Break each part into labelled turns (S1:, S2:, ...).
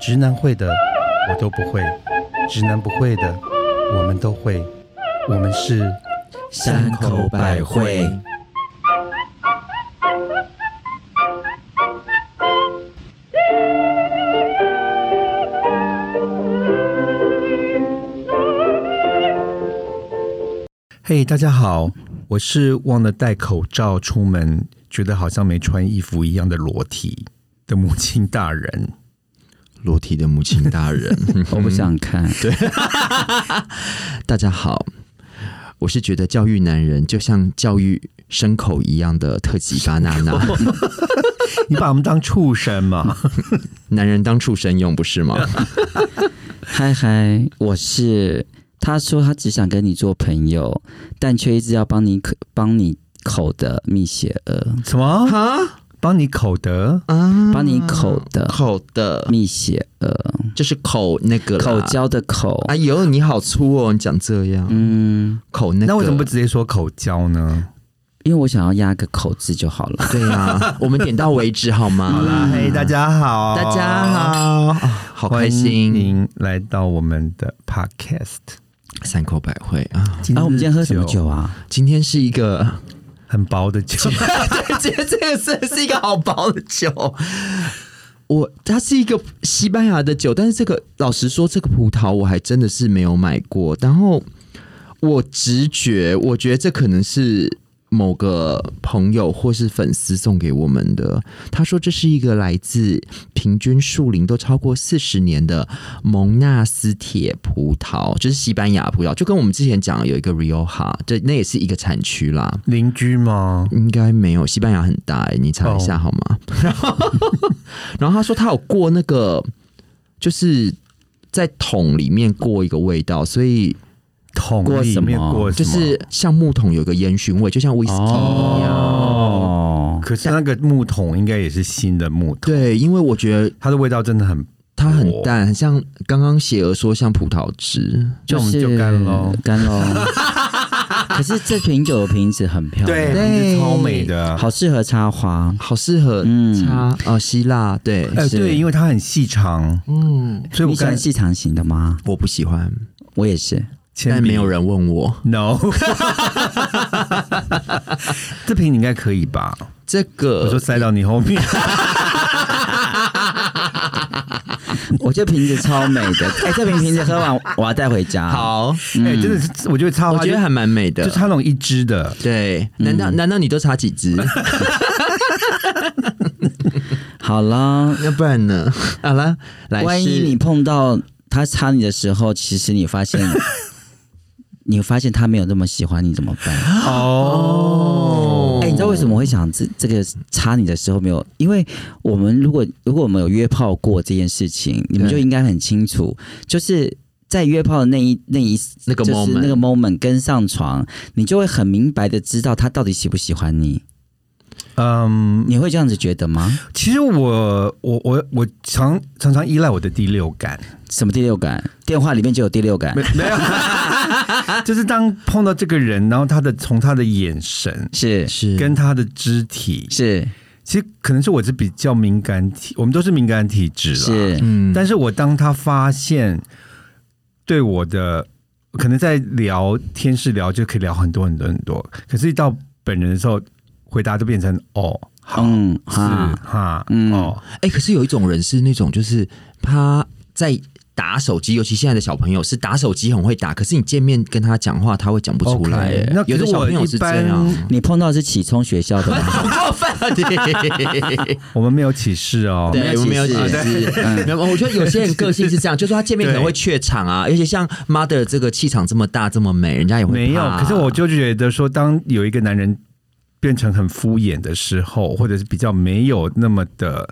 S1: 直男会的我都不会，直男不会的我们都会，我们是
S2: 山口百惠。
S1: 嘿大家好，我是忘了戴口罩出门，觉得好像没穿衣服一样的裸体的母亲大 人。
S2: 裸体的母亲大人，
S3: 我不想看。
S2: 对， 大家好，我是觉得教育男人就像教育牲口一样的特级巴娜娜，
S1: 你把我们当畜生嘛？
S2: 男人当畜生用不是吗？
S3: 嗨嗨，我是。他说他只想跟你做朋友，但却一直要帮你口帮你口的蜜雪儿，
S1: 什么？
S2: 啊
S1: 帮你口德？
S2: 啊
S3: 帮你口的
S2: 口的，
S3: 蜜雪儿，
S2: 就是口那个啦
S3: 口。交的口。
S2: 哎呦，你好粗哦！你讲这样，
S3: 嗯，
S2: 口那个，
S1: 那为什么不直接说口交呢？
S3: 因为我想要压个口字就好了。
S2: 对啊，我们点到为止好吗？
S1: 好啦，啊嘿，大家好，
S2: 大家好，啊好开
S1: 欢
S2: 心，
S1: 迎来到我们的 podcast。
S2: 三口百惠啊！
S1: 今
S3: 啊，我们今天喝什么
S1: 酒？
S3: 酒啊？
S2: 今天是一个，
S1: 很薄的 酒，
S2: 这这个是是一个好薄的酒。我它是一个西班牙的酒，但是这个老实说，这个葡萄我还真的是没有买过。然后我直觉，我觉得这可能是某个朋友或是粉丝送给我们的。他说这是一个来自平均树龄都超过四十年的蒙纳斯铁葡萄，就是西班牙葡萄，就跟我们之前讲的有一个 Rioja，这那也是一个产区啦。
S1: 邻居吗？
S2: 应该没有，西班牙很大哎、你查一下好吗？ 然后，然后他说他有过那个，就是在桶里面过一个味道，所以
S1: 桶
S3: 过
S1: 里
S3: 什
S1: 面
S3: 么
S1: 过什
S2: 就
S1: 么？
S2: 是像木桶有一个烟熏味，就像威士忌一样。
S3: 哦，
S1: 可是那个木桶应该也是新的木桶，
S2: 对，因为我觉得
S1: 它的味道真的很，
S2: 它很淡，很像刚刚写儿说像葡萄汁。
S1: 那
S3: 就
S1: 我们
S3: 是
S1: 就干喽。
S3: 干喽。可是这瓶酒的瓶子很漂亮，
S2: 对
S1: 超美的。
S3: 好适合插花。
S2: 好适合
S3: 嗯
S2: 插啊、呃希腊对，
S1: 呃，
S3: 是
S1: 对，因为它很细长，
S2: 嗯，
S1: 所以我
S3: 你喜
S1: 刚
S3: 欢细长型的吗？
S2: 我不喜欢，
S3: 我也是。
S2: 但
S1: 铅笔
S2: 没有人问我
S1: no，这瓶你应该可以吧？
S2: 这
S1: 我
S2: 个
S1: 说，塞到你后面，
S2: 嗯
S3: 我觉得瓶子超美 的，哎、这瓶瓶子喝完我要带回家。，
S2: 好，
S1: 哎，真的是，我觉得插
S2: 我
S1: 花
S2: 觉得还蛮美的，
S1: 就插那种一支的，
S2: 对，难道、难道你都插几支？
S3: 好了，
S2: 要不然呢？好了，来
S3: 万一
S2: 哎是
S3: 你碰到他插你的时候，其实你 发现，你发现他没有那么喜欢你怎么办？
S1: 哦
S3: 哎、你知道为什么我会想这这个插你的时候没有？因为我们如果如果我们有约炮过这件事情，你们就应该很清楚，就是在约炮的那一那一
S2: 那个
S3: 就是
S2: moment
S3: 那个 moment 跟上床，你就会很明白的知道他到底喜不喜欢你。
S1: 嗯，
S3: 你会这样子觉得吗？
S1: 其实我我我我常常常依赖我的第六感，
S3: 什么第六感？电话里面就有第六感
S1: 没。没有， 就是当碰到这个人，然后他的从他的眼神
S3: 是
S2: 是
S1: 跟他的肢体，
S3: 是
S1: 其实可能是我是比较敏感体，我们都是敏感体质啦。
S3: 是，
S2: 嗯
S1: 但是我当他发现对我的，可能在聊天室聊就可以聊很多很多很多，可是一到本人的时候，回答都变成哦，好，
S3: 嗯
S1: 是
S2: 啊
S3: 哈，
S1: 哈，
S3: 嗯
S1: 哦，
S2: 哎、可是有一种人是那种，就是他在打手机，尤其现在的小朋友是打手机很会打，可是你见面跟他讲话，他会讲不出来、
S1: OK，
S2: 哎
S1: 那
S2: 有
S1: 可是
S2: 的小
S1: 我
S2: 朋友是
S1: 一
S2: 这
S1: 般
S2: 样，
S3: 你碰到的是启聪学校的吗？
S2: 好过分啊！对，
S1: 我们没有歧视哦，
S2: 对
S3: 没有
S2: 我没有
S3: 歧
S2: 解
S3: 视
S2: 释
S3: 嗯。
S2: 没有，我觉得有些人个性是这样，就说他见面可能会怯场啊，而且像 mother 这个气场这么大这么美，人家也会
S1: 没有
S2: 怕，
S1: 可是我就觉得说，当有一个男人变成很敷衍的时候，或者是比较没有那么的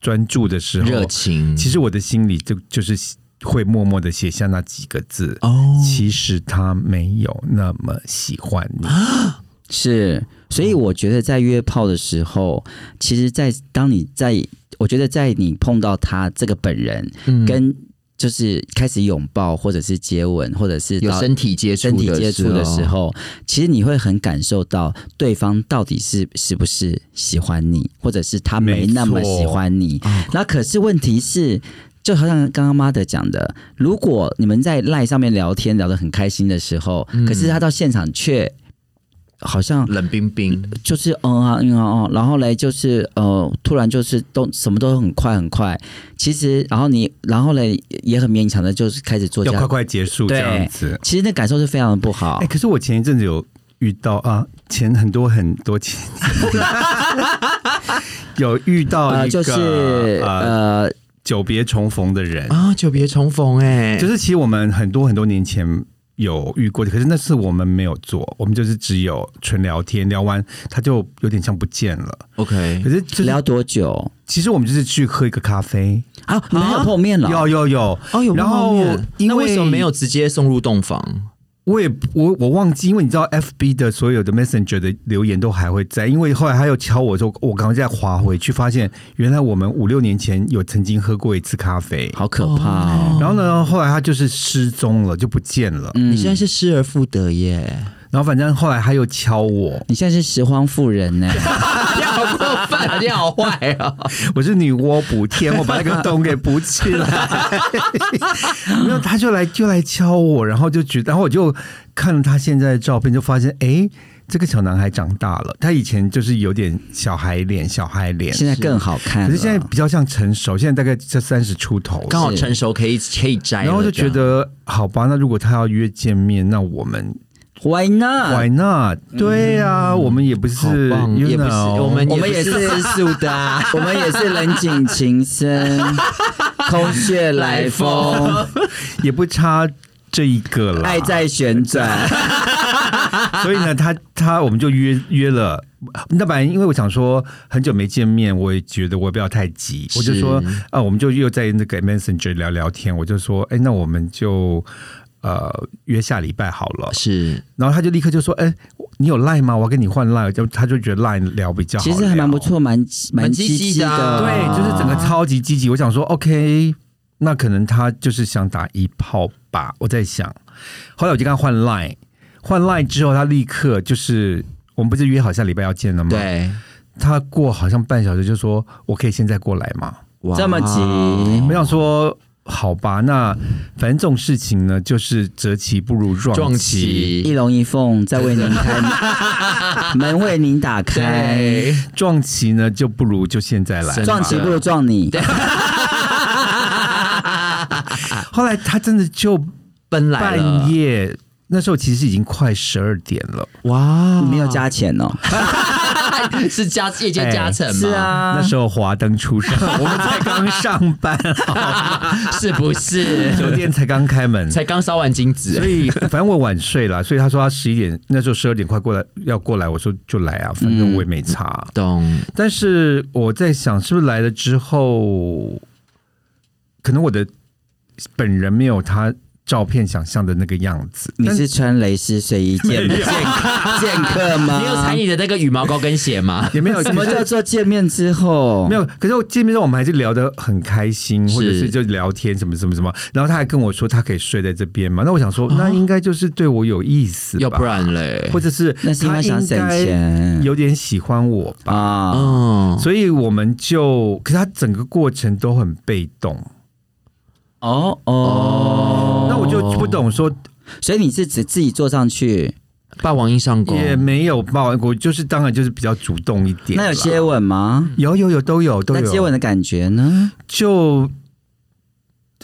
S1: 专注的时候
S2: 热，情，
S1: 其实我的心里就就是会默默的写下那几个字。
S2: 哦，
S1: 其实他没有那么喜欢你，
S3: 啊是，所以我觉得在约炮的时候，其实在，当你在，我觉得在你碰到他这个本人，
S2: 嗯
S3: 跟就是开始拥抱，或者是接吻，或者是
S2: 有
S3: 到
S2: 身体接触
S3: 身体接触的时，候，其实你会很感受到对方到底是是不嗯是喜欢你，或者是他没那么喜欢你。那可是问题是，就好像刚刚妈的讲的，如果你们在赖上面聊天聊得很开心的时候，可是他到现场却好像
S2: 冷冰冰，
S3: 就是嗯啊嗯啊哦，然后嘞就是呃，突然就是都什么都很快很快，其实然后你然后嘞也很勉强的，就是开始做这
S1: 要快
S3: 样，
S1: 快结束这
S3: 对
S1: 样子。
S3: 其实那感受是非常的不好
S1: 哎、。可是我前一阵子有遇到啊，前很多很多 前，有遇到一
S3: 呃，
S1: 个
S3: 就是
S1: 呃
S3: 呃，
S1: 久别重逢的人，
S2: 啊，久别重逢哎、
S1: 就是其实我们很多很多年前有遇过，可是那次我们没有做，我们就是只有纯聊天，聊完他就有点像不见了。
S2: OK
S1: 可是就是
S3: 聊多久
S1: 其实我们就是去喝一个咖啡，
S3: 啊？你们还有碰面了？
S1: 有有有，
S2: 哦，有
S1: 然后
S2: 泡面
S1: 因
S2: 那为
S1: 为
S2: 什么没有直接送入洞房？
S1: 我也我我忘记，因为你知道，FB 的所有的 Messenger 的留言都还会在，因为后来他又敲我说，我刚刚再划回去，发现原来我们五六年前有曾经喝过一次咖啡，
S3: 好可怕哦！
S1: 然后呢，后来他就是失踪了，就不见了，
S3: 嗯
S2: 你现在是失而复得耶，
S1: 然后反正后来他又敲我，
S3: 你现在是拾荒妇人呢、
S2: 你好过分啊，你好坏啊！
S1: 我是女娲补天，我把那个洞给补起 来。没有，他就来就来敲我，然后就觉得，然后我就看了他现在的照片，就发现，哎，这个小男孩长大了。他以前就是有点小孩脸，小孩脸，
S3: 现在更好看了。
S1: 可是现在比较像成熟，现在大概这三十出头。
S2: 刚好成熟可以可以摘了，
S1: 然后就觉
S2: 这样
S1: 得好吧，那如果他要约见面，那我们
S3: Why not？
S1: why not？对呀、啊，我们也不是，
S2: 好棒
S1: you
S2: 也不是
S1: know
S2: 我们
S3: 我们也是
S2: 吃素的啊、
S3: 我们也是冷井情 深，空穴来风，
S1: 也不差这一个了。
S3: 爱在旋转。
S1: 所以呢，他他我们就约约了。那本来因为我想说很久没见面，我也觉得我也不要太急，我就说啊，我们就又在那个 Messenger 聊聊天。我就说，哎、那我们就呃约下礼拜好了。
S2: 是
S1: 然后他就立刻就说，哎、你有 Line 吗？我要跟你换 Line。就他就觉得 Line 聊比较好
S3: 其
S1: 聊，
S3: 实还蛮不错，蛮
S2: 蛮积
S3: 积
S2: 极
S3: 极
S2: 的啊
S3: 的。
S1: 对，就是整个超级积极。我想说，OK，那可能他就是想打一炮吧。我在想，后来我就跟他换 Line，换 Line 之后，他立刻就是我们不是约好下礼拜要见了吗？，
S2: 对，
S1: 他过好像半小时就说：“我可以现在过来吗
S2: 哇
S3: 这么急？”
S1: 我想说。好吧，那反正这种事情呢，就是择其不如撞
S2: 撞
S1: 其
S3: 一
S2: 期，
S3: 龙一凤在为您开门，门为您打开，
S2: 对，
S1: 撞其呢就不如就现在来
S2: 真。的
S3: 撞旗不如撞你。
S1: 后来他真的就
S2: 奔来了
S1: 半夜，那时候其实已经快十二点了。
S2: 哇，
S3: 没有加钱哦，
S2: 是加夜间加成吗？
S1: 哎
S3: 是，啊
S1: 那，时候华灯初 上，我们才刚上班，
S2: 是不是？
S1: 酒 店才刚开门，
S2: 才刚烧完金
S1: 所
S2: 子，
S1: 以反正我晚睡啦，所以他说他十一点，那时候十二点快过来要过来，我说就来啊，反
S3: 嗯
S1: 正我也没差。
S2: 懂？
S1: 但是我在想，是不是来了之后，可能我的本人没有他照片想象的那个样子。
S3: 你
S1: 但
S3: 是穿蕾丝睡衣见见见客吗？
S2: 你有踩你的那个羽毛高跟鞋吗？
S1: 也没有
S3: 什么叫做见面之后
S1: 没有，可是我见面之后我们还是聊得很开心，
S2: 是
S1: 或者是就聊天什么什么什么。然后他还跟我说他可以睡在这边嘛，那我想
S3: 哦
S1: 说那应该就是对我有意思吧，
S2: 要不然嘞
S1: 或，者是
S3: 那是因为想省
S1: 他应该
S3: 钱
S1: 有点喜欢我吧。
S3: 啊。
S2: 嗯，
S1: 所以我们就，可是他整个过程都很被动，
S3: 哦哦，
S1: 那我就不懂说
S3: 所以你是指自己坐上去，
S2: 霸王硬上弓，
S1: 也没有吧，我就是当然就是比较主动一点啦。
S3: 那有接吻吗？
S1: 有有有都有都
S3: 那
S1: 有，
S3: 接吻的感觉呢？
S1: 就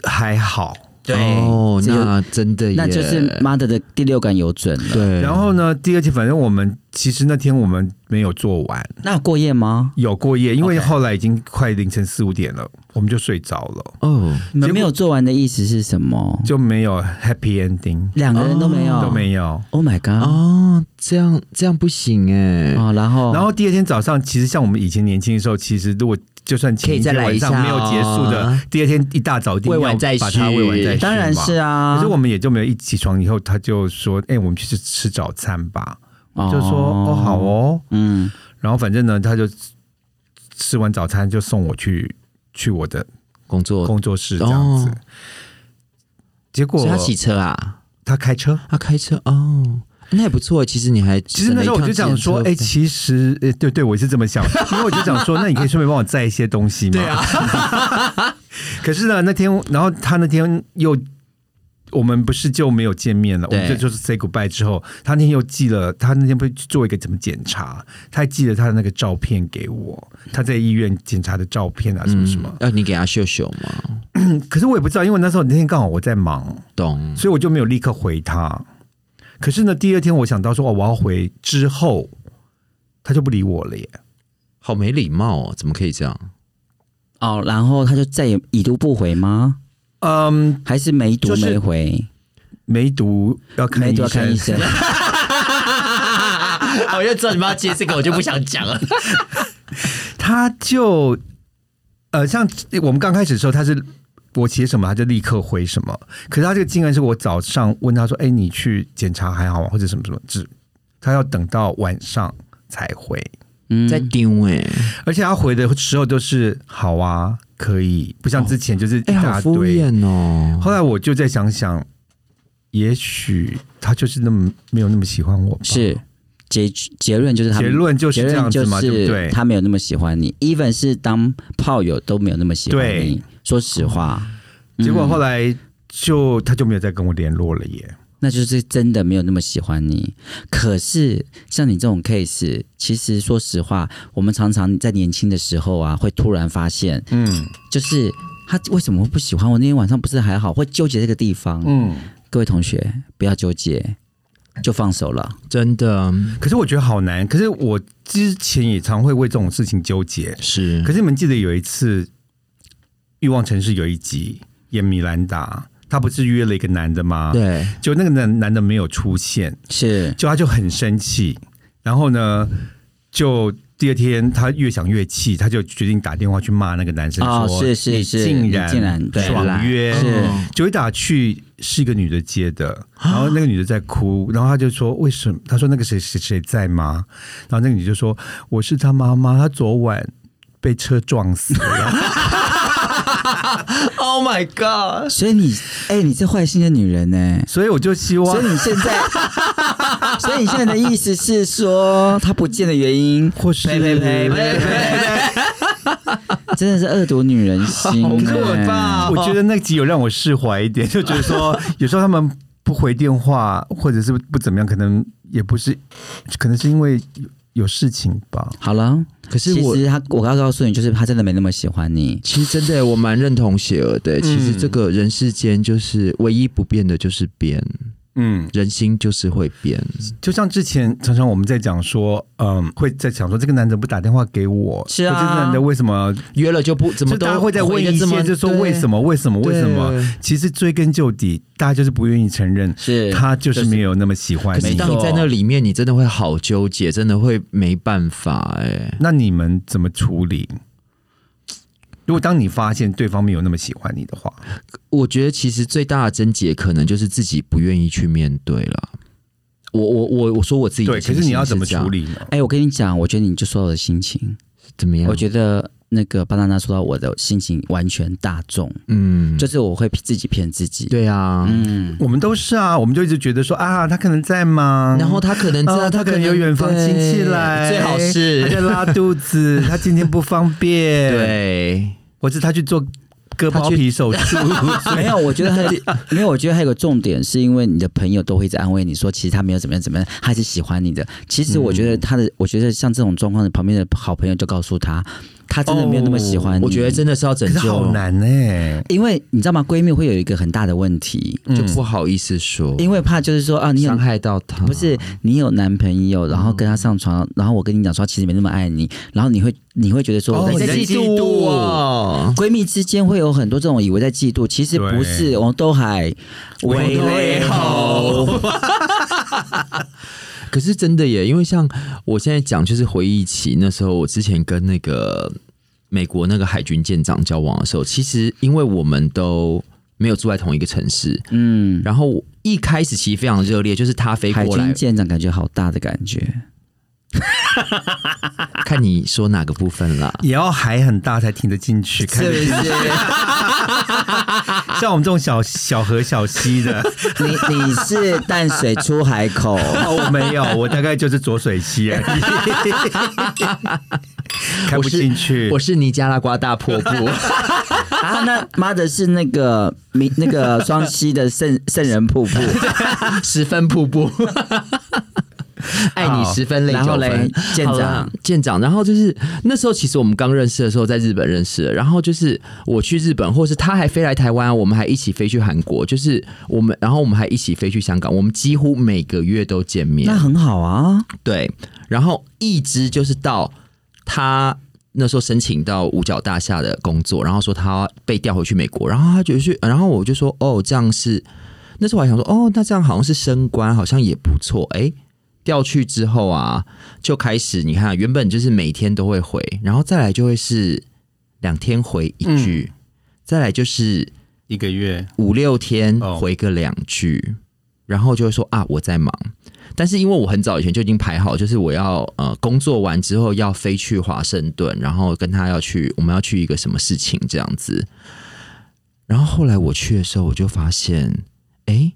S1: 还好。
S2: 哦，
S3: 只有
S2: 那真的耶，
S3: 那就是妈的的第六感有准了。
S2: 对，
S1: 然后呢，第二天反正我们其实那天我们没有做完，
S3: 那有过夜吗？
S1: 有过夜，因为
S3: OK
S1: 后来已经快凌晨四五点了，我们就睡着了，
S2: 哦，
S3: 你们
S1: 结果
S3: 没有做完的意思是什么？
S1: 就没有 happy ending，
S3: 两个人都没有，
S1: 哦都没有。
S3: Oh my god！
S2: 哦，这样这样不行哎，
S3: 哦，然后
S1: 然后第二天早上，其实像我们以前年轻的时候，其实如果就算前一天晚上没有结束
S2: 可以再来一下
S1: 的
S2: 啊，
S1: 第二天一大早一定要
S2: 未完再续
S1: 把它未完再续，
S3: 当然是。啊，
S1: 可是我们也就没有一起床以后，他就说：“哎、我们去吃吃早餐吧。”
S3: 哦
S1: 就说：“哦，好，哦。
S3: 嗯，”
S1: 然后反正呢，他就吃完早餐就送我去去我的
S2: 工作，
S1: 工作室这样子。
S2: 哦
S1: 结果
S2: 所以他骑车啊，
S1: 他开车，
S2: 他开车哦，那也不错，其实你还
S1: 其实那时候我就想说，哎、其实，呃，对对，我是这么想，因为我就想说，那你可以顺便帮我载一些东西吗？对啊。 可是呢，那天，然后他那天又，我们不是就没有见面了，我
S3: 对
S1: 们就就是 say goodbye 之后，他那天又寄了，他那天不是去做一个怎么检查，他还寄了他的那个照片给我，他在医院检查的照片啊，什么什么。
S2: 要你给他秀秀嘛，
S1: 可是我也不知道，因为那时候那天刚好我在忙，
S2: 懂？
S1: 所以我就没有立刻回他。可是呢，第二天我想到说，哦，我要回之后，他就不理我了耶。
S2: 好没礼貌哦，怎么可以这样？
S3: 哦，然后他就再也已读不回吗？
S1: 嗯，
S3: 还是没读
S1: 就是
S3: 没回？
S1: 梅毒要看
S3: 没
S1: 医
S3: 读要啊
S1: 生，
S3: 看 医生。
S2: 我就知道你们要接这个，我就不想讲了。
S1: 他就呃，像我们刚开始的时候，他是我写什么他就立刻回什么，可是他这个竟然是我早上问他说：“哎，你去检查还好吗？”或者什么什么，只他要等到晚上才回，
S3: 嗯，
S2: 在丢哎、
S1: 而且他回的时候都是“好啊，可以”，不像之前就是一
S2: 哎、
S1: 大
S2: 好敷
S1: 堆。
S2: 衍哦。
S1: 后来我就再想想，也许他就是那么没有那么喜欢我吧。
S3: 是结结论就是他
S1: 结
S3: 们
S1: 论就是
S3: 结
S1: 这样
S3: 论
S1: 子
S3: 就
S1: 嘛，对不对
S3: 是？他没有那么喜欢你，even 是当炮友都没有那么喜欢
S1: 对
S3: 你。说实话，
S1: 结果后
S3: 嗯
S1: 来就他就没有再跟我联络了耶。
S3: 那就是真的没有那么喜欢你。可是像你这种 case，其实说实话，我们常常在年轻的时候啊，会突然发现，
S1: 嗯
S3: 就是他为什么会不喜欢我？那天晚上不是还好，会纠结这个地方。
S1: 嗯。
S3: 各位同学，不要纠结，就放手了。
S2: 真的
S1: 可是我觉得好难。可是我之前也常会为这种事情纠结。
S2: 是
S3: 嗯
S1: 可是你们记得有一次《欲望城市》有一集演米兰达，她不是约了一个男的吗？，
S2: 对，
S1: 就那个男男的没有出现，
S3: 是
S1: 就她就很生气。然后呢，就第二天她越想越气，她就决定打电话去骂那个男生说：“
S3: 哦是是
S1: 你
S3: 是
S1: 竟
S3: 你
S1: 然
S3: 竟然对
S1: 爽约。”
S3: 是
S1: 就一打去是一个女的接的，然后那个女的在哭，然后她就说为什么？她说那个谁谁谁在吗？然后那个女就说我是她妈妈，她昨晚被车撞死 了。
S2: Oh my god！
S3: 所以你，哎、你这坏心的女人呢、
S1: 所以我就希
S3: 所
S1: 望
S3: 以，你现在，所以你现在的意思是说，他不见的原因，
S1: 或是
S3: 呸呸呸 呸真的是恶毒女人心、
S2: 好
S3: 欸，
S2: 可 怕
S1: 我觉得那集有让我释怀一点，就 觉得说有时候他们不回电话，或者是不怎么样，可能也不是，可能是因为有有事情吧。
S3: 好了，
S2: 可是我
S3: 其实他，我要告诉你，就是他真的没那么喜欢你。
S2: 其实真的耶，我蛮认同邪恶
S1: 嗯
S2: 的耶。其实这个人世间就是唯一不变的，就是变，
S1: 嗯，
S2: 人心就是会变。
S1: 就像之前常常我们在讲说，嗯，会在想说这个男的不打电话给我，
S3: 是啊
S1: 或者这个男的为什么
S2: 约了就不怎么
S1: 就
S2: 都
S1: 大家会再问一些，就说为什
S2: 么
S1: 么为什么为什么？？其实追根究底，大家就是不愿意承认，
S3: 是
S1: 他就是没有那么喜欢
S2: 可是
S1: 你
S3: 没。
S2: 当你在那里面，你真的会好纠结，真的会没办法哎、
S1: 那你们怎么处理？如果当你发现对方没有那么喜欢你的话，
S2: 我觉得其实最大的症结可能就是自己不愿意去面对了。我我我我说我自己的
S1: 对，可
S2: 情
S1: 是
S2: 形
S1: 你要怎么
S2: 这样
S1: 处？理呢？
S3: 哎、我跟你讲，我觉得你就说我的心情，
S2: 怎么样？
S3: 我觉得那个巴娜娜说到我的心情完全大众，
S2: 嗯，
S3: 就是我会自己骗自己。，
S2: 对啊。
S3: 嗯，
S1: 我们都是啊，我们就一直觉得说啊，他可能在吗？
S2: 然后他可能知道，
S1: 嗯啊，他可
S2: 可
S1: 能有远房亲戚来，
S2: 对最好
S1: 他在
S2: 是
S1: 拉肚 子，他今天不方便，，
S2: 对。
S1: 或是他去做割包皮手术，
S3: 没有，我觉得还有 没有，我觉得还有个重点，是因为你的朋友都会一直安慰你说，其实他没有怎么样怎么样，他还是喜欢你的。其实我觉得他
S2: 嗯
S3: 的，我觉得像这种状况，你旁边的好朋友就告诉他，他真的没有那么喜欢你。
S2: 哦我觉得真的是要
S1: 可
S2: 拯
S1: 是
S2: 救，
S1: 好难哎、
S3: 因为你知道吗？闺蜜会有一个很大的问题，
S2: 就不好意思说，
S3: 因为怕就是说啊，你有
S2: 伤害到他。
S3: 不是你有男朋友，然后跟他上床，然后我跟你讲说他其实没那么爱你，然后你会你会觉得说
S1: 哦
S3: 我
S1: 你
S3: 在
S1: 在
S3: 嫉
S1: 嫉妒
S2: 哦，
S3: 闺蜜之间会有很多这种以为在嫉妒，其实不是，
S1: 对
S3: 我都还
S1: 喂喂
S3: 吼。
S2: 可是真的耶，因为像我现在讲，就是回忆起那时候我之前跟那个美国那个海军舰长交往的时候，其实因为我们都没有住在同一个城市，
S3: 嗯，
S2: 然后我一开始其实非常热烈，就是他飞
S3: 海
S2: 过
S3: 军
S2: 来，
S3: 舰长感觉好大的感觉，
S2: 看你说哪个部分啦。
S1: 也要海很大才听得进 去，看
S3: 是
S1: 像我们这种小小河小溪 的，
S3: 不是？你你是淡水出海 口，
S1: 哦，我没有，我大概就是浊水溪而已， 开不进去
S2: 我。是尼加拉瓜大瀑布，
S3: 啊，那妈的是那个明那个双溪的圣圣人瀑布，
S2: 十分瀑布，爱你十分泪
S3: 然
S2: 九
S3: 后嘞
S2: 分。，
S3: 舰
S2: 好
S3: 长
S2: 啦，舰长，然后就是那时候，其实我们刚认识的时候，在日本认识的。然后就是我去日本，或是他还飞来台湾，我们还一起飞去韩国，就是我们，然后我们还一起飞去香港，我们几乎每个月都见面
S3: 那。很好啊，
S2: 对，然后一直就是到他那时候申请到五角大厦的工作，然后说他被调回去美国，然后他就去，然后我就说哦，这样是那时候我还想说哦，那这样好像是升官，好像也不错，哎。调去之后啊，就开始你看啊，原本就是每天都会回，然后再来就会是两天回一句，再来就是
S1: 一个月，
S2: 五六天
S1: 哦
S2: 回个两句，然后就会说啊我在忙。但是因为我很早以前就已经排好，就是我要呃工作完之后要飞去华盛顿，然后跟他要去我们要去一个什么事情这样子。然后后来我去的时候，我就发现，诶，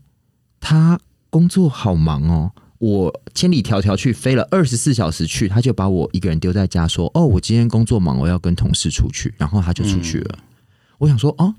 S2: 他工作好忙哦。我千里迢迢去，飞了二十四小时去，他就把我一个人丢在家，说：“哦，我今天工作忙，我要跟同事出去。”然后他就出去了。我想说，哦，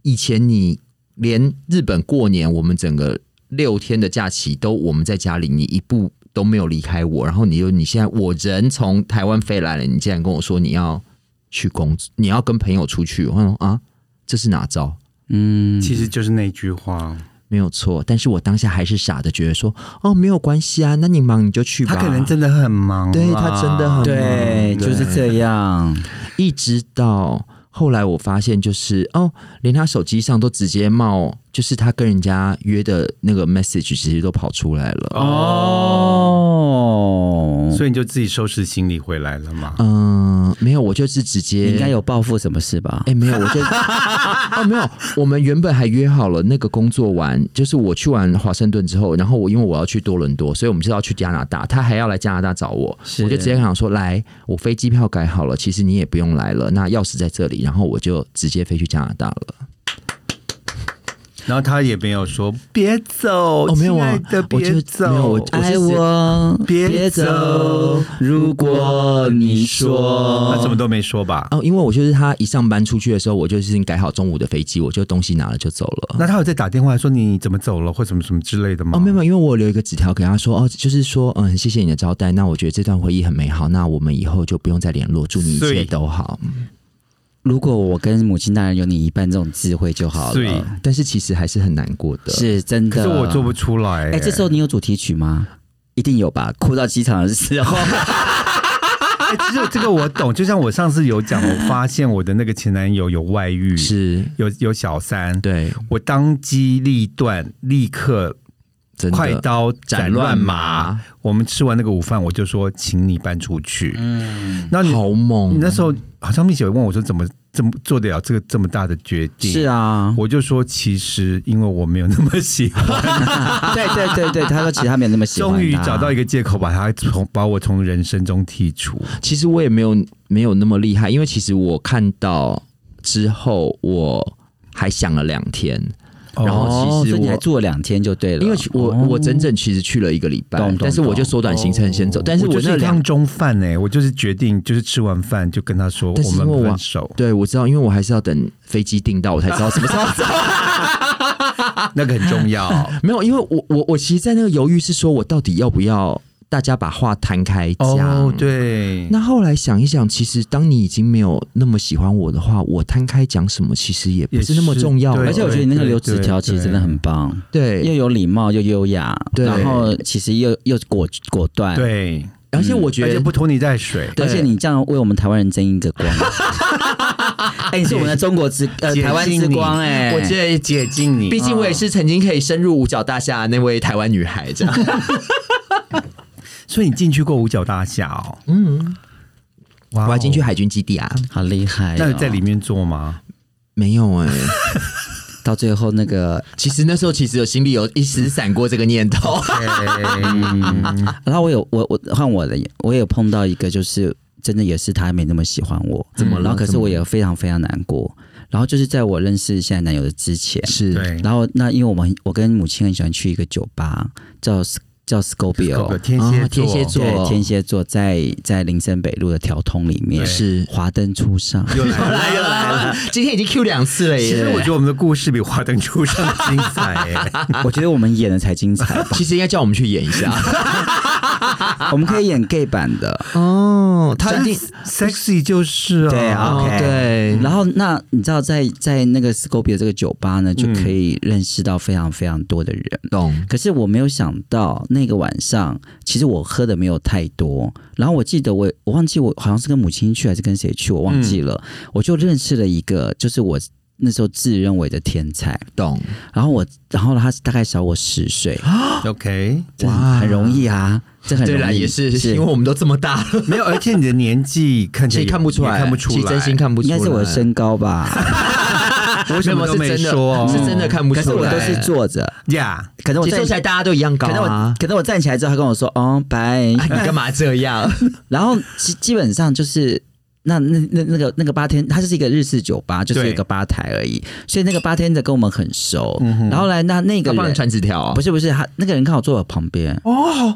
S2: 以前你连日本过年，我们整个六天的假期都我们在家里，你一步都没有离开我。然后你又你现在我人从台湾飞来了，你竟然跟我说你要去工作，你要跟朋友出去，我想说啊，这是哪招？
S3: 嗯，
S1: 其实就是那句话，
S2: 没有错，但是我当下还是傻的，觉得说哦，没有关系啊，那你忙你就去吧。
S1: 他可能真的很忙啦，
S2: 对他真的很忙
S3: 嗯对，就是这样，
S2: 一直到后来我发现，就是哦，连他手机上都直接冒，就是他跟人家约的那个 message，其实都跑出来了。
S3: 哦，
S1: 所以你就自己收拾行李回来了嘛？
S2: 嗯、没有，我就是直接
S3: 你应该。有报复什么事吧
S2: 哎、？没有，我 就哦，没有，我们原本还约好了那个工作完，就是我去完华盛顿之后，然后我因为我要去多伦多，所以我们是要去加拿大，他还要来加拿大找我，
S3: 是
S2: 我就直接跟他讲说，来，我飞机票改好了，其实你也不用来了，那钥匙在这里，然后我就直接飞去加拿大了。
S1: 然后他也没有说别走，
S2: 哦没有
S1: 亲爱
S2: 啊
S1: 的
S2: 我就
S1: 别
S2: 没有
S1: 走，
S2: 我
S3: 爱哎我
S1: 别走
S3: 如果你
S1: 他什
S3: 说
S1: 么都没说吧？
S2: 哦，因为我就是他一上班出去的时候，我就是已经改好中午的飞机，我就东西拿了就走了。
S1: 那他有在打电话说你怎么走了或什么什么之类的吗？
S2: 哦，没有，没有，因为我留一个纸条给他说，哦，就是说，嗯，很谢谢你的招待，那我觉得这段回忆很美好，那我们以后就不用再联络，祝你一
S1: 所以
S2: 切都好。
S3: 如果我跟母亲大人有你一半这种智慧就好
S1: 所以
S3: 了，
S2: 但是其实还是很难过的。
S3: 是真
S1: 可
S3: 的。
S1: 是我做不出来、
S3: 哎、这时候你有主题曲吗？一定有吧，哭到机场的时候，
S1: 哎其实这个我懂，就像我上次有讲，我发现我的那个前男友有外遇，
S2: 是，
S1: 有有小三，
S2: 对，
S1: 我当机立断，立刻
S2: 真的
S1: 快刀斩乱麻
S2: 斩乱麻。
S1: 我们吃完那个午饭，我就说请你搬出去。嗯，那你
S2: 好
S1: 你
S2: 猛
S1: 那时候好像蜜姐问我说怎么这么做得了这个这么大的决定？
S3: 是
S1: 啊。
S3: 啊，
S1: 我就说，其实因为我没有那么喜 欢，
S3: 对对对对，他说其实他没有那么喜欢他。
S1: 终于找到一个借口把他从把我从人生中剔除。
S2: 其实我也没有没有那么厉害，因为其实我看到之后，我还想了两天，
S1: 哦
S2: 然后
S3: 哦
S2: 其实
S3: 所以你
S2: 我
S3: 还住了两天就对了，
S2: 因为其我、我整整其实去了一个礼拜
S3: 懂懂，
S2: 但是我就
S3: 懂
S2: 缩短行程先走。但是
S1: 我
S2: 我
S1: 就是
S2: 那
S1: 一
S2: 两
S1: 趟中饭哎、我就是决定，就是吃完饭就跟他说
S2: 但是因为
S1: 们
S2: 我
S1: 分手。
S2: 对我知道，因为我还是要等飞机订到，我才知道什么 时候走。
S1: 那个很重要。
S2: 没有，因为我我我其实，在那个犹豫是说我到底要不要大家把话摊开 讲。
S1: 哦，。对，
S2: 那后来想一想，其实当你已经没有那么喜欢我的话，我摊开讲什么，其实也不是那么重要。
S1: 也是对
S3: 而且我觉得你那个留纸条其实真的很棒，又
S2: 对，
S3: 有礼貌又优雅，
S2: 对
S3: 然后其实又又果果断，，
S1: 对，
S2: 而且我觉
S1: 嗯而且
S2: 得
S1: 不拖泥带水。
S3: 而且你这样为我们台湾人争一个光。哎、你是我们的中国之呃
S1: 解
S3: 台湾之光哎、
S2: 我觉得
S1: 解禁你
S2: 欸毕竟我也是曾经可以深入五角大厦那位台湾女孩，这样。
S1: 所以你进去过五角大厦哦？
S2: 嗯，
S1: 哇哦
S2: 我还进去，海军基地啊？
S1: 嗯
S3: 好厉害、哦！
S1: 那在里面做吗？
S2: 没有哎、
S3: 到最后那个，
S2: 其实那时候其实有心里有一时闪过这个念头。
S3: 然后我有我我换我的，我也有碰到一个，就是真的也是他没那么喜欢我，怎
S2: 么了
S3: 然后可是
S2: 怎么
S3: 我也非常非常难过。然后就是在我认识现在男友的之前，
S2: 是
S1: 对，
S3: 然后那因为我们我跟母亲很喜欢去一个酒吧叫叫 Scorpio，
S1: 天蝎
S2: 哦天蝎座
S3: 对，天蝎座在在林森北路的条通里面
S1: 对
S2: 是
S3: 华灯初上，
S1: 又来
S2: 又
S1: 了。
S2: 来又来了，今天已经 Q 两次了耶。
S1: 其实我觉得我们的故事比《华灯初上》精彩、欸，
S3: 我觉得我们演的才 精彩吧，
S2: 其实应该叫我们去演一下
S3: 我们可以演 gay 版的。
S2: 哦， 他一定
S1: sexy 就是啊，
S3: 对啊
S2: 哦
S3: OK
S2: 对，
S3: 然后，那你知道在，在那个 Scorpio 这个酒吧呢，就可以认识到非常非常多的人。
S2: 懂
S3: 可是我没有想到那个晚上，其实我喝的没有太多。然后我记得我我忘记我好像是跟母亲去还是跟谁去，我忘记了。
S2: 嗯
S3: 我就认识了一个，就是我那时候自认为的天才。
S2: 懂，
S3: 然后我，然后他大概小我十岁，
S1: OK，
S3: 这
S2: 哇
S3: 很很容易啊，这很容
S2: 啊对啦，
S3: 易。
S2: 也是因为我们都这么大了，
S1: 没有，而且你的年纪看起来
S2: 其实
S1: 也
S2: 看不出来，
S1: 也看不出
S2: 其
S1: 来，
S2: 实真心看不出
S3: 应
S2: 来，
S3: 该是我的身高吧，
S1: 我什么
S2: 没有
S1: 都没
S2: 是真的
S1: 说、哦，
S2: 是真的 看不
S3: 可是
S2: 出
S3: 我
S2: 来，
S3: 都是坐着，
S1: 呀
S3: 可能我
S2: 其实
S3: 站
S2: 坐起来大家都一样高
S3: 可能我
S2: 啊，
S3: 可能我站起来之后，他跟我说：“哦，拜。
S2: 哎你干嘛这样？
S3: 然后基基本上就是那那那那个那个八天，它就是一个日式酒吧，就是
S1: 对
S3: 一个吧台而已，所以那个八天的跟我们很熟。然后来那那个
S2: 嗯他帮你
S3: 人
S2: 传纸条啊
S3: 不？是不是他那个人刚好坐我旁边，
S2: 哦，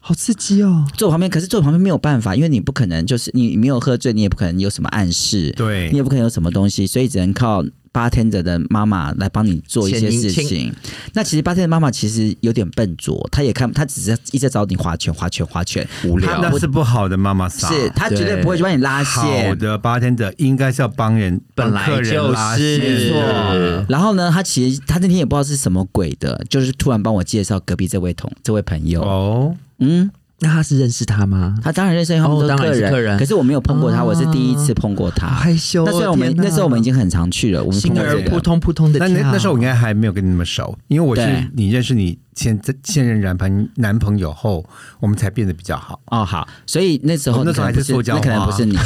S2: 好刺激哦！
S3: 坐我旁边，可是坐我旁边没有办法，因为你不可能就是你你没有喝醉，你也不可能有什么暗示，
S1: 对
S3: 你也不可能有什么东西，所以只能靠。八天者的妈妈来帮你做一些
S2: 前
S3: 事
S2: 前
S3: 情，那其实八天的妈妈其实有点笨拙，她也看，她只是一直在找你划拳、划拳、划拳，
S2: 无
S1: 他那是不好的妈妈桑。
S3: 是她绝对
S2: 对
S3: 不会去帮你拉线
S1: 好，的八天的应该是要帮人，
S2: 本来
S1: 帮客人拉线
S2: 就是
S3: 没错
S2: 嗯。
S3: 然后呢，他其实他那天也不知道是什么鬼的，就是突然帮我介绍隔壁这位同这位朋友。
S1: 哦，
S3: 嗯，
S2: 那他是认识他吗？
S3: 他当然认识，因为他们
S2: 哦
S3: 都
S2: 当
S3: 客
S2: 然是
S3: 人，
S2: 客人
S3: 可是我没有碰过他，
S2: 啊
S3: 我是第一次碰过
S2: 好
S3: 他。
S2: 害羞哦。
S3: 那虽然我们
S2: 天哪
S3: 那时候我们已经很常去了，我们
S2: 心
S3: 碰过
S2: 儿
S3: 这
S2: 扑
S3: 个。
S2: 通扑通的
S1: 那
S2: 跳。
S1: 那那时候我应该还没有跟你那么熟，因为我
S3: 对
S1: 是你认识你现在现任男朋男朋友后，我们才变得比较好。
S3: 哦，好，所以那时
S1: 我
S3: 候
S1: 们那时候
S3: 你可能不
S1: 还是塑胶
S3: 那可能不是你。
S1: 我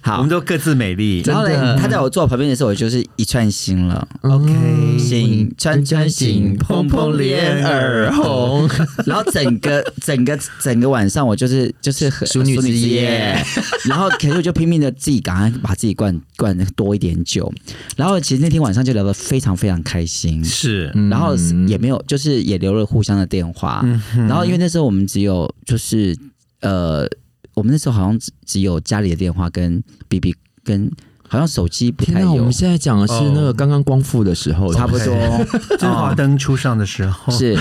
S3: 好
S1: 们，都各自美丽。
S3: 然后
S2: 真
S3: 呢
S2: 的，
S3: 他在我坐我旁边的时候，我就是一串心了。
S1: OK
S3: 心穿穿心，
S2: 砰
S3: 砰
S2: 砰
S3: 砰
S2: 脸
S3: 脸
S2: 耳
S3: 耳
S2: 红
S3: 红。 然后整个整个整个晚上，我就是就是很
S2: 淑女之夜。
S3: 然后可是我就拼命的自己赶快把自己灌灌多一点酒。然后其实那天晚上就聊得非常非常开心。
S1: 是
S2: 嗯
S3: 然后也没有，就是也留了互相的电话。然后因为那时候我们只有就是呃，我们那时候好像只只有家里的电话跟 B B 跟好像手机不
S2: 天
S3: 太
S2: 哪，我
S3: 有
S2: 们，现在讲的是那个刚刚光复的时候，
S3: 嗯差不多。
S1: 就是华灯初上的时
S2: 哦
S1: 候，
S3: 是，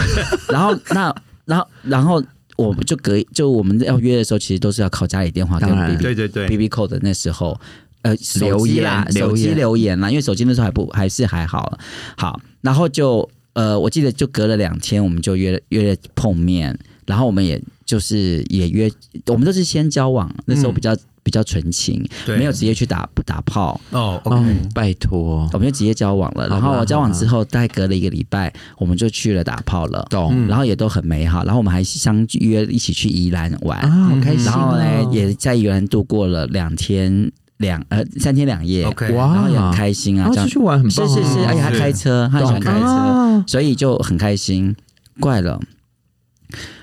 S3: 然后那然后然后我们就隔就我们要约的时候，其实都是要靠家里电话跟
S2: 当然
S3: B
S1: 对
S3: B
S1: 对对
S3: B B 扣的那时候，呃，手机
S2: 留言
S3: 啦手
S2: 留
S3: 机
S2: 言
S3: 留言啦，因为手机那时候还不还是还好了，好，然后就呃，我记得就隔了两天，我们就约了约了碰面，然后我们也就是也约，我们都是先交往，那时候比较、比较纯情，
S1: 对
S3: 没有直接去打打炮，
S1: 哦
S2: 哦
S1: ，OK，，
S3: 嗯
S2: 拜托，
S3: 我们就直接交往
S2: 好
S3: 了。
S2: 吧
S3: 然后交往之后，大概隔了一个礼拜，我们就去了打炮了。
S2: 懂
S3: 然后也都很美好，然后我们还相约一起去宜兰玩，
S2: 啊，好开心哦。
S3: 嗯然后呢也在宜兰度过了两天两呃三天两夜
S1: OK
S2: 哇
S3: 然后也很开心啊，
S2: 然后
S3: 这样
S2: 出去玩哦很
S3: 是
S2: 棒，啊
S3: 是是，而且他
S1: 是
S3: 开车，他很喜欢
S2: 懂
S3: 开车，
S2: 啊
S3: 所以就很开心。怪了，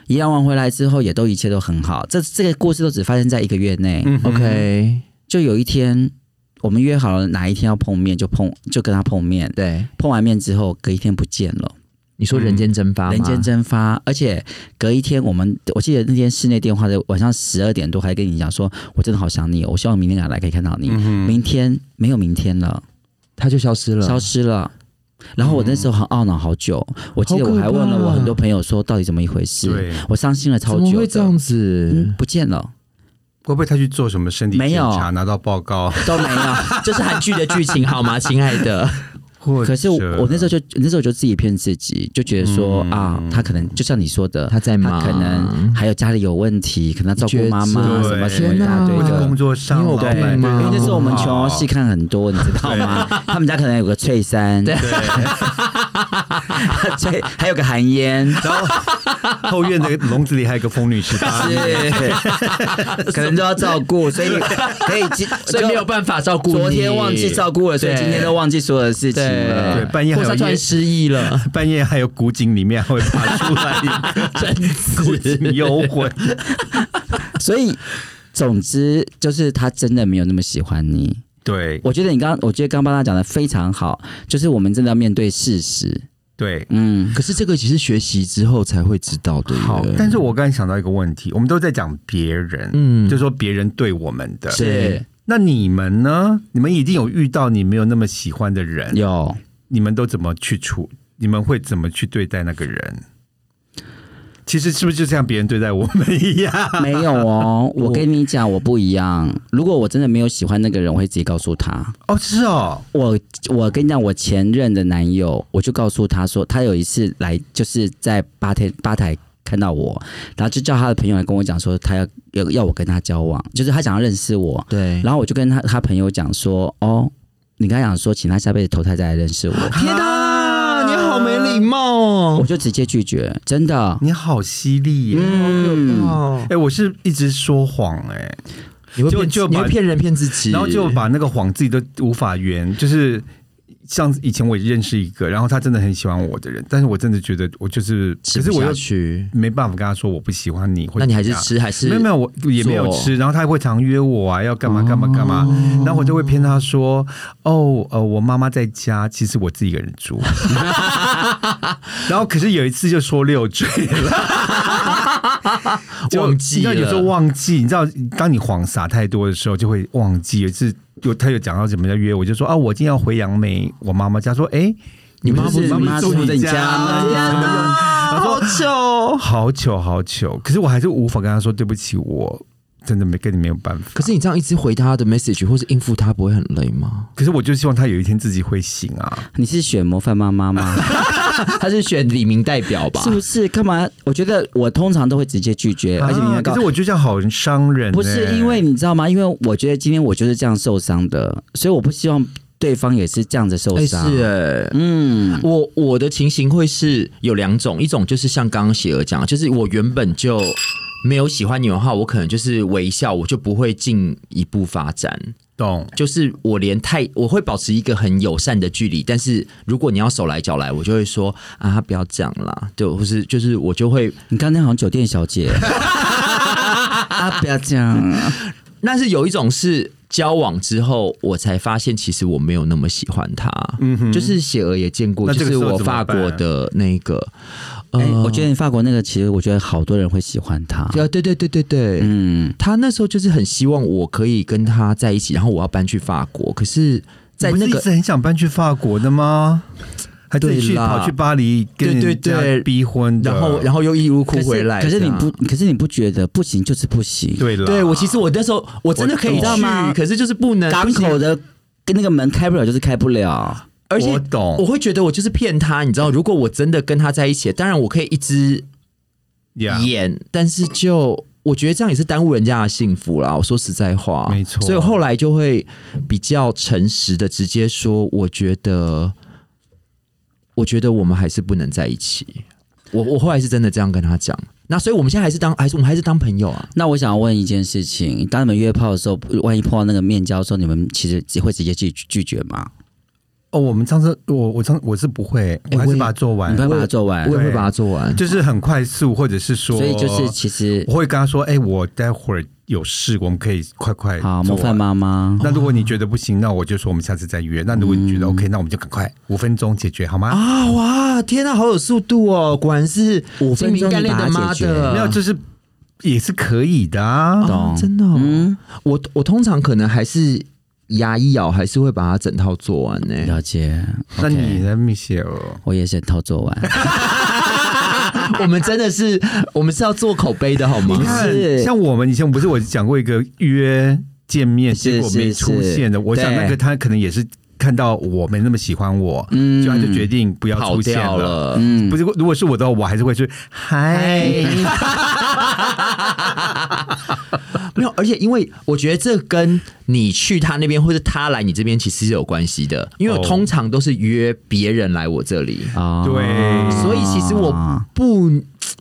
S3: 宜兰玩回来之后也都一切都很好，这这个故事都只发生在一个月内，
S1: 嗯哼
S2: OK，
S3: 就有一天。我们约好了哪一天要碰面，就碰就跟他碰面。
S2: 对，
S3: 碰完面之后，隔一天不见了。
S2: 你说人间蒸发吗，
S3: 人间蒸发，而且隔一天，我们我记得那天室内电话的晚上十二点多还跟你讲说，我真的好想你哦，我希望明天赶来可以看到你。
S2: 嗯
S3: 明天没有明天了，
S2: 它就消失了，
S3: 消失了。然后我那时候很懊恼好久，我记得
S2: 好可
S3: 我
S2: 怕
S3: 还问了我很多朋友说到底怎么一回事，
S1: 对，
S3: 我伤心了
S2: 怎
S3: 超
S2: 么
S3: 久
S2: 会这
S3: 的，
S2: 样子
S3: 嗯？，不见 了
S1: 会不会他去做什么身体
S3: 没
S1: 检
S3: 有
S1: 查，拿到报告？
S3: 都没了。
S2: 啊这是韩剧的剧情 好吗，亲爱的？
S1: 或
S3: 可是我
S1: 者
S3: 我那时候就那时候就自己骗自己，就觉得说、
S1: 嗯
S3: 啊，他可能就像你说的，
S2: 他在
S3: 他
S2: 忙，
S3: 可能还有家里有问题，可能要照顾妈妈
S1: 你觉得
S3: 什么什么
S1: 对
S3: 一大堆
S1: 或者
S3: 的。
S1: 工作上
S2: 你有
S1: 老板哦
S2: 病吗
S3: 因为那时候我们
S1: 不
S3: 琼
S1: 好
S3: 瑶戏看很多，你知道吗？ 他们家可能有个翠山，对， 翠还有个韩 嫣，
S1: 然后后院的笼子里还有个疯女士，她
S3: 是， 可能都要照 顾，所以可以今，
S2: 所以没有办法照顾你。
S3: 昨天忘记照顾了，所以
S2: 对
S3: 今天都忘记所有的事情
S2: 对
S1: 对
S3: 了。
S1: 半夜还
S2: 或
S1: 有
S2: 者他突然
S1: 夜
S2: 失忆 了，
S1: 半夜还有古井里面还会爬出来一个
S2: 贞
S1: 古
S2: 子
S1: 井幽魂，
S3: 所以，总之就是他真的没有那么喜欢你。
S1: 对
S3: 我觉得你刚，我觉得刚刚帮他讲的非常好，就是我们真的要面对事实。
S1: 对，
S3: 嗯，
S2: 可是这个其实学习之后才会知道的耶。
S1: 好，但是我刚才想到一个问题，我们都在讲别人，
S2: 嗯
S1: 就说别人对我们的。
S3: 是
S1: 那你们呢？你们一定有遇到你没有那么喜欢的人，
S3: 有。
S1: 你们都怎么去处？你们会怎么去对待那个人？其实是不是就像别人对待我们一样？
S3: 没有哦，我跟你讲，我不一样。如果我真的没有喜欢那个人，我会直接告诉他。
S1: 哦，是哦，
S3: 我我跟你讲，我前任的男友，我就告诉他说，他有一次来就是在吧台吧台看到我，然后就叫他的朋友来跟我讲说，他要要要我跟他交往，就是他想要认识我。
S2: 对，
S3: 然后我就跟他他朋友讲说，哦，你跟他讲说，请他下辈子投胎再来认识我，
S2: 天哪，你好没礼貌
S3: 我
S2: 哦！
S3: 就直接拒绝，真的。
S1: 你好犀利耶！
S3: 嗯，
S1: 哎、我是一直说谎哎、
S2: 你会
S1: 就
S2: 骗
S1: 就
S2: 你
S1: 把
S2: 会骗人骗自己，
S1: 然后就把那个谎自己都无法圆，就是。像以前我也认识一个，然后他真的很喜欢我的人，但是我真的觉得我就是，
S2: 吃
S1: 可
S2: 不
S1: 是我又
S2: 下去。
S1: 没办法跟他说我不喜欢你，或者
S2: 那你还是
S1: 怎样
S2: 吃还是
S1: 没有没有，我也没有吃，然后他会常约我啊，要干嘛干嘛干嘛，
S2: 哦
S1: 然后我就会骗他说，哦呃，我妈妈在家，其实我自己一个人住， 然后可是有一次就说六嘴了。就
S2: 忘记
S1: 你知道有时候
S2: 了
S1: 忘记，你知道，当你谎撒太多的时候，就会忘记。有一次，有他有讲到什么叫约，我就说啊，我今天要回杨梅我妈妈家，说哎、
S2: 你妈
S1: 不
S2: 不
S1: 是
S2: 是
S1: 妈
S2: 住
S1: 你
S2: 你
S1: 家
S2: 家
S1: 吗
S2: 吗？
S1: 天
S2: 哪，好糗！
S1: 好糗好糗，可是我还是无法跟他说对不起，我真的没跟你没有办法。
S2: 可是你这样一直回他的 message 或是应付他，不会很累吗？
S1: 可是我就希望他有一天自己会醒啊！
S3: 你是选模范妈妈吗？
S2: 他是选李明代表吧
S3: 是不是？干嘛？我觉得我通常都会直接拒绝，而且你
S1: 啊
S3: 要告
S1: 可是我觉得这样好伤人、欸。
S3: 不
S2: 嗯
S3: 是因为你知道吗？因为我觉得今天我就是这样受伤的，所以我不希望对方也是这样子受
S2: 哎、
S3: 伤。
S2: 是哎、
S3: 嗯，
S2: 我我的情形会是有两种，一种就是像刚刚喜儿讲，就是我原本就没有喜欢你的话，我可能就是微笑，我就不会进一步发展。
S1: 懂
S2: 就是我连太我会保持一个很友善的距离，但是如果你要手来脚来，我就会说啊，他不要这样啦，对，或是就是我就会
S3: 你刚才好像酒店小 姐啊，不要这样。
S2: 但是有一种是交往之后，我才发现其实我没有那么喜欢他。嗯哼，就是雪儿也见过，
S1: 那这
S2: 就
S1: 个时
S2: 是
S1: 候
S2: 我法国的那个，
S3: 哎、
S2: 呃
S3: 我觉得你法国那个，其实我觉得好多人会喜欢他。
S2: 对啊对对对对对，
S3: 嗯，
S2: 他那时候就是很希望我可以跟他在一起，然后我要搬去法国，可是，在
S1: 你不
S2: 那
S1: 是
S2: 个
S1: 一直很想搬去法国的吗？还自己去
S2: 对啦
S1: 跑去巴黎跟
S2: 对
S1: 人
S2: 对
S1: 家
S2: 对
S1: 逼婚的，
S2: 然后然后又义无哭
S3: 可是
S2: 回来
S3: 可是你不
S2: 这样。，
S3: 可是你不觉得不行就是不行？，
S1: 对了，
S2: 对我其实我那时候我真的可以
S3: 我懂
S2: 去，可是就是不能
S3: 港口，的跟那个门开不了就是开不了。
S2: 而且
S1: 我懂
S2: 我会觉得我就是骗他，你知道？如果我真的跟他在一起，当然我可以一直
S1: Yeah，
S2: 演，但是就我觉得这样也是耽误人家的幸福啦。我说实在话，
S1: 没错
S2: 所以后来就会比较诚实的直接说，我觉得，我觉得我们还是不能在一起。我我后来是真的这样跟他讲，那所以我们现在还是当还是我们还是当朋友啊。
S3: 那我想问一件事情：当你们约炮的时候，万一碰到那个面交的时候，你们其实只会直接拒拒绝吗？
S1: 哦，我们上次我我上我是不会，我还
S2: 我
S1: 是
S2: 也
S1: 把它做
S3: 你
S1: 完，
S3: 会把它做完
S1: 哎
S2: 我，也会把它做完。
S1: 就是很快速，或者是说，
S3: 所以就是其实
S1: 啊我会跟他说，哎、我待会儿有事，我们可以快快
S3: 好
S1: 做
S3: 模
S1: 完
S3: 范妈妈。
S1: 那如果你觉得不行，那我就说我们下次再约。那如果你
S3: 嗯
S1: 觉得 OK，那我们就赶快五分钟解决好吗？
S2: 啊哇！天呐，好有速度哦！果然是
S3: 五
S2: 精
S3: 分
S2: 明
S3: 钟
S2: 干练的
S3: 就把
S2: 妈
S3: 它解决
S2: 的，
S1: 没有，就是也是可以的啊。
S2: 哦，真的、哦。
S3: 嗯，
S2: 我我通常可能还是牙一咬，还是会把它整套做完呢、
S3: 了解。
S1: 那
S3: OK
S1: 你呢，Michelle？
S3: 我也是套做完，
S2: 我们真的是，我们是要做口碑的好
S1: 你
S2: 吗？
S1: 看，
S3: 是
S1: 像我们以前不是我讲过一个约见面，
S3: 是
S1: 结果没
S3: 是
S1: 出现的。
S3: 是
S1: 我想那个
S3: 对
S1: 他可能也是看到我没那么喜欢我，
S3: 嗯
S1: 就他就决定不要出现
S2: 掉
S1: 了。
S2: 了，哎
S3: 嗯
S1: 不，是，如果是我的话，我还是会去嗨。
S2: 没有，而且因为我觉得这跟你去他那边，或者他来你这边，其实是有关系的。因为我
S1: 哦
S2: 通常都是约别人来我这里，
S3: 啊
S1: 对
S2: 所以其实我不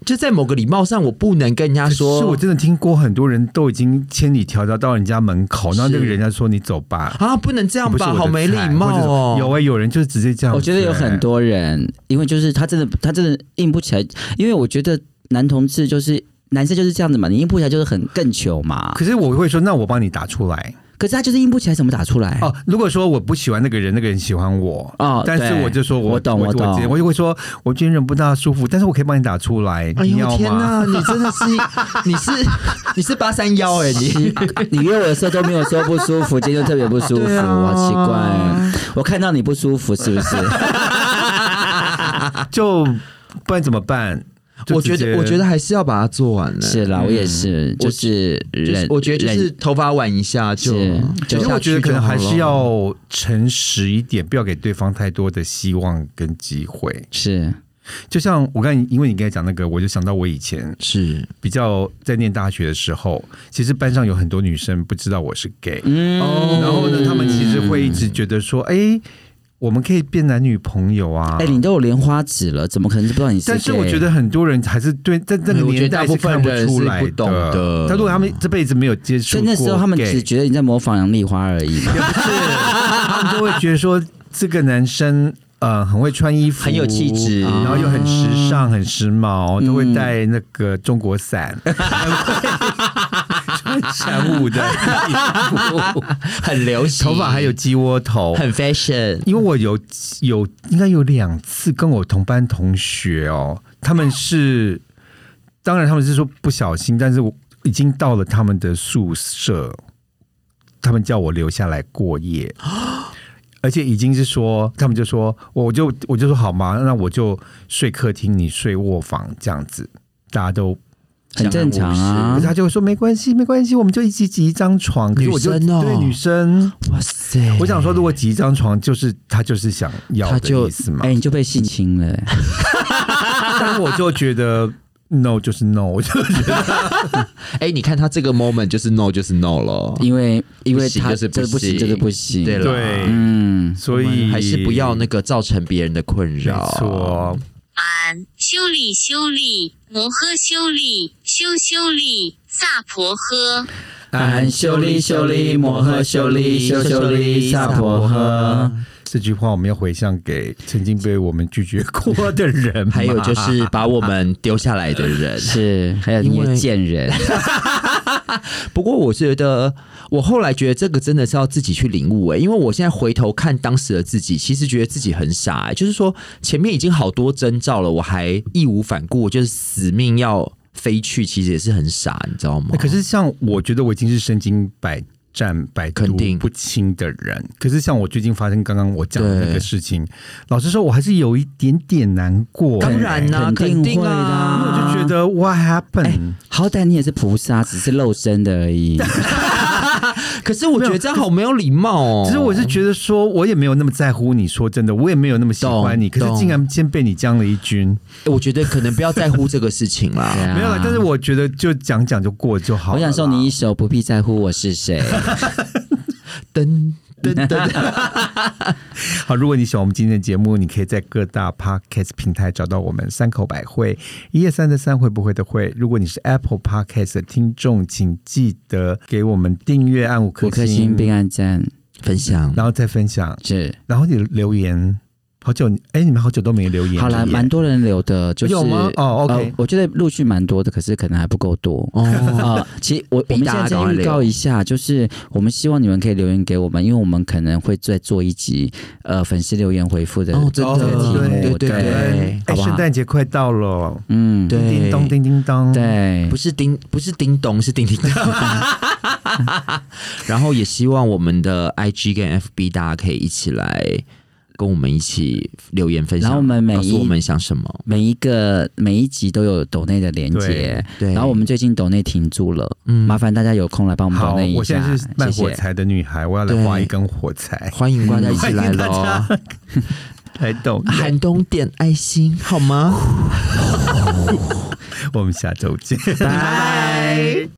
S2: 就在某个礼貌上，我不能跟人家
S1: 可是我
S2: 说
S1: 真的听过很多人都已经千里迢迢到人家门口，然后那个
S2: 是
S1: 人家说你走吧，
S2: 啊，不能这样
S1: 不是
S2: 吧，
S1: 我的
S2: 好没礼
S1: 菜
S2: 貌
S1: 或者是
S2: 哦。
S1: 有哎、有人就是直接这样子欸、
S3: 我觉得有很多人，因为就是他真的，他真的硬不起来，因为我觉得男同志就是男生就是这样子嘛，你硬不起来就是很更糗嘛。
S1: 可是我会说，那我帮你打出来。
S3: 可是他就是硬不起来，怎么打出来？
S1: 哦，如果说我不喜欢那个人，那个人喜欢我，
S3: 哦
S1: 但是
S3: 对
S1: 我就说我
S3: 我懂
S1: 我
S3: 我懂
S1: 我我就会说，我今天忍不大舒服，但是我可以帮你打出来，
S2: 哎
S1: 你
S2: 呦
S1: 要
S2: 天
S1: 吗？
S2: 哪，你真的 是，你是你是八三幺哎，你
S3: 奇你约我的时候都没有说不舒服，今天就特别不舒服，
S2: 对啊
S3: 好奇怪。我看到你不舒服是不是？
S1: 就不然怎么办？就
S2: 我觉
S1: 直
S2: 得
S1: 接
S2: 我觉得还是要把它做完呢。
S3: 是啦，我也是，就是
S2: 就是
S3: 忍，
S2: 我觉得就是
S3: 忍
S2: 头发挽一下就是就
S1: 可是
S2: 下
S1: 我觉
S2: 去
S1: 得可
S2: 就
S1: 能
S2: 好
S1: 还是
S2: 了
S1: 要诚实一点，不要给对方太多的希望跟机会。
S3: 是
S1: 就像我刚才，因为你刚才讲那个，我就想到我以前
S2: 是
S1: 比较在念大学的时候，其实班上有很多女生不知道我是 gay，、
S3: 嗯
S1: 然后呢，她们其实会一直觉得说，哎、我们可以变男女朋友啊。
S3: 哎，你都有莲花指了，怎么可能不知道你是？
S1: 但是我觉得，很多人还是对在那个
S2: 嗯我觉得
S1: 年
S2: 大
S1: 代
S2: 部
S1: 是
S2: 分
S1: 看不
S2: 人
S1: 出
S2: 是
S1: 来
S2: 不懂的
S1: 他如果他们这辈子没有接触
S3: 所
S1: 过
S3: 以
S1: gay，
S3: 那时候他们只觉得你在模仿杨丽花而已嘛。
S1: 他们就
S2: 啊
S1: 会觉得说这个男生。呃，很会穿衣服，
S2: 很有气质啊嗯
S1: 然后又很时尚、很时髦，都会带那个中国 伞，很会穿闪舞 的衣服，
S2: 很流行，
S1: 头发还有鸡窝头。
S2: 很 fashion，
S1: 因为我有有应该有两次跟我同班同学哦，他们是当然他们是说不小心，但是我已经到了他们的宿舍，他们叫我留下来过夜，而且已经是说他们就说我就我就说好嘛，那我就睡客厅，你睡卧房这样子，大家都。
S3: 很正常
S1: 可
S3: 啊
S1: 是，他就会说没关系，没关系，我们就一起挤一张床。可是我就
S2: 女生哦
S1: 对女生，
S2: 哇塞
S1: 我想说，如果挤一张床，就是他就是想要
S2: 他
S1: 的
S2: 就
S1: 意思嘛。
S3: 哎，你就被性侵了，
S1: 但我就觉得 no 就是 no，我就觉得
S2: 哎、你看他这个 moment 就是 no 就是 no 了，
S3: 因为因为
S2: 不行
S3: 他
S2: 就是
S3: 这
S2: 不
S3: 不行，
S2: 行
S3: 这是不行。
S2: 对了
S1: 对
S3: 嗯，
S1: 所以
S2: 还是不要那个造成别人的困
S1: 没
S2: 扰。
S1: 错，
S4: 俺修理修理摩诃修理修修理萨婆诃。
S3: 俺修利修利摩诃修利修修利萨婆诃。。
S1: 这句话我们要回向给曾经被我们拒绝过的人嘛，
S2: 还有就是把我们丢下来的 人
S3: 是，还有
S2: 因
S3: 你
S2: 为
S3: 也贱人，
S2: 不过我觉得，我后来觉得这个真的是要自己去领悟哎、因为我现在回头看当时的自己，其实觉得自己很傻、欸，就是说前面已经好多征兆了，我还义无反顾，就是死命要飞去，其实也是很傻，你知道吗？
S1: 哎可是像我觉得我已经是身经百战百毒
S2: 肯定
S1: 不清的人，可是像我最近发生刚刚我讲的那
S2: 对
S1: 个事情，老实说，我还是有一点点难过。哎
S2: 当然啦、
S3: 肯定
S2: 肯定
S1: 因
S2: 啊，
S1: 为我就觉
S3: 会的啊
S1: 得 what happened？、
S2: 哎
S3: 好歹你也是菩萨，只是肉身的而已。
S2: 可是我觉得这样好没有礼貌哦。
S1: 其实我是觉得说，我也没有那么在乎你。说真的，我也没有那么喜欢你。可
S2: 懂
S1: 是竟然先被你将了一军，
S2: 我觉得可能不要在乎这个事情 啦。
S3: 对啊
S1: 没有了。但是我觉得就讲讲就过就好了
S3: 我
S1: 啦。
S3: 想送你一首《不必在乎我是谁》，
S2: 噔噔 噔，
S1: 好，如果你喜欢我们今天的节目，你可以在各大 podcast 平台找到我们三口百会，一二三的三会不会的会。如果你是 Apple Podcast 的听众，请记得给我们订阅，按五颗
S3: 五颗星并按赞，
S2: 分享
S1: 然后再分享，
S3: 是。
S1: 然后你留言。好久，哎，你们好久都没留言
S3: 好了，
S1: 了耶
S3: 蛮多人留的，就是
S1: 有吗哦，OK
S3: 呃我觉得陆续蛮多的，可是可能还不够多。
S2: 哦，
S3: 啊、其实我我们
S2: 大家
S3: 现在
S2: 赶快
S3: 先预
S2: 留
S3: 告一下，就是我们希望你们可以留言给我们，因为我们可能会再做一集呃粉丝留言回复的
S2: 哦
S3: 这
S2: 真
S3: 个
S2: 的
S3: 题目，
S2: 对对对
S3: 对，好
S1: 哎，
S3: 不
S1: 圣
S3: 好？
S1: 诞节快到了，
S3: 嗯，
S2: 对
S1: 叮叮咚，叮叮咚，
S3: 对
S2: 不，是叮，不是叮咚，是叮叮咚。 然后也希望我们的 IG 跟 FB 大家可以一起来跟我们一起留言分享，
S3: 然后我们每一
S2: 告诉我们想什么。
S3: 每一个每一集都有抖内的连接
S1: 对，
S2: 对
S3: 然后我们最近抖内停住了，
S2: 嗯
S3: 麻烦大家有空来帮我们
S1: 好
S3: 抖内，一
S1: 我现
S3: 下
S1: 在是，卖
S3: 谢
S1: 火
S3: 谢。
S1: 柴的女孩，我要来
S2: 对
S1: 画一根火柴，
S2: 欢迎大家一起来喽，
S1: 来抖。
S2: 寒冬点爱心好吗？
S1: 我们下周见。
S2: 拜。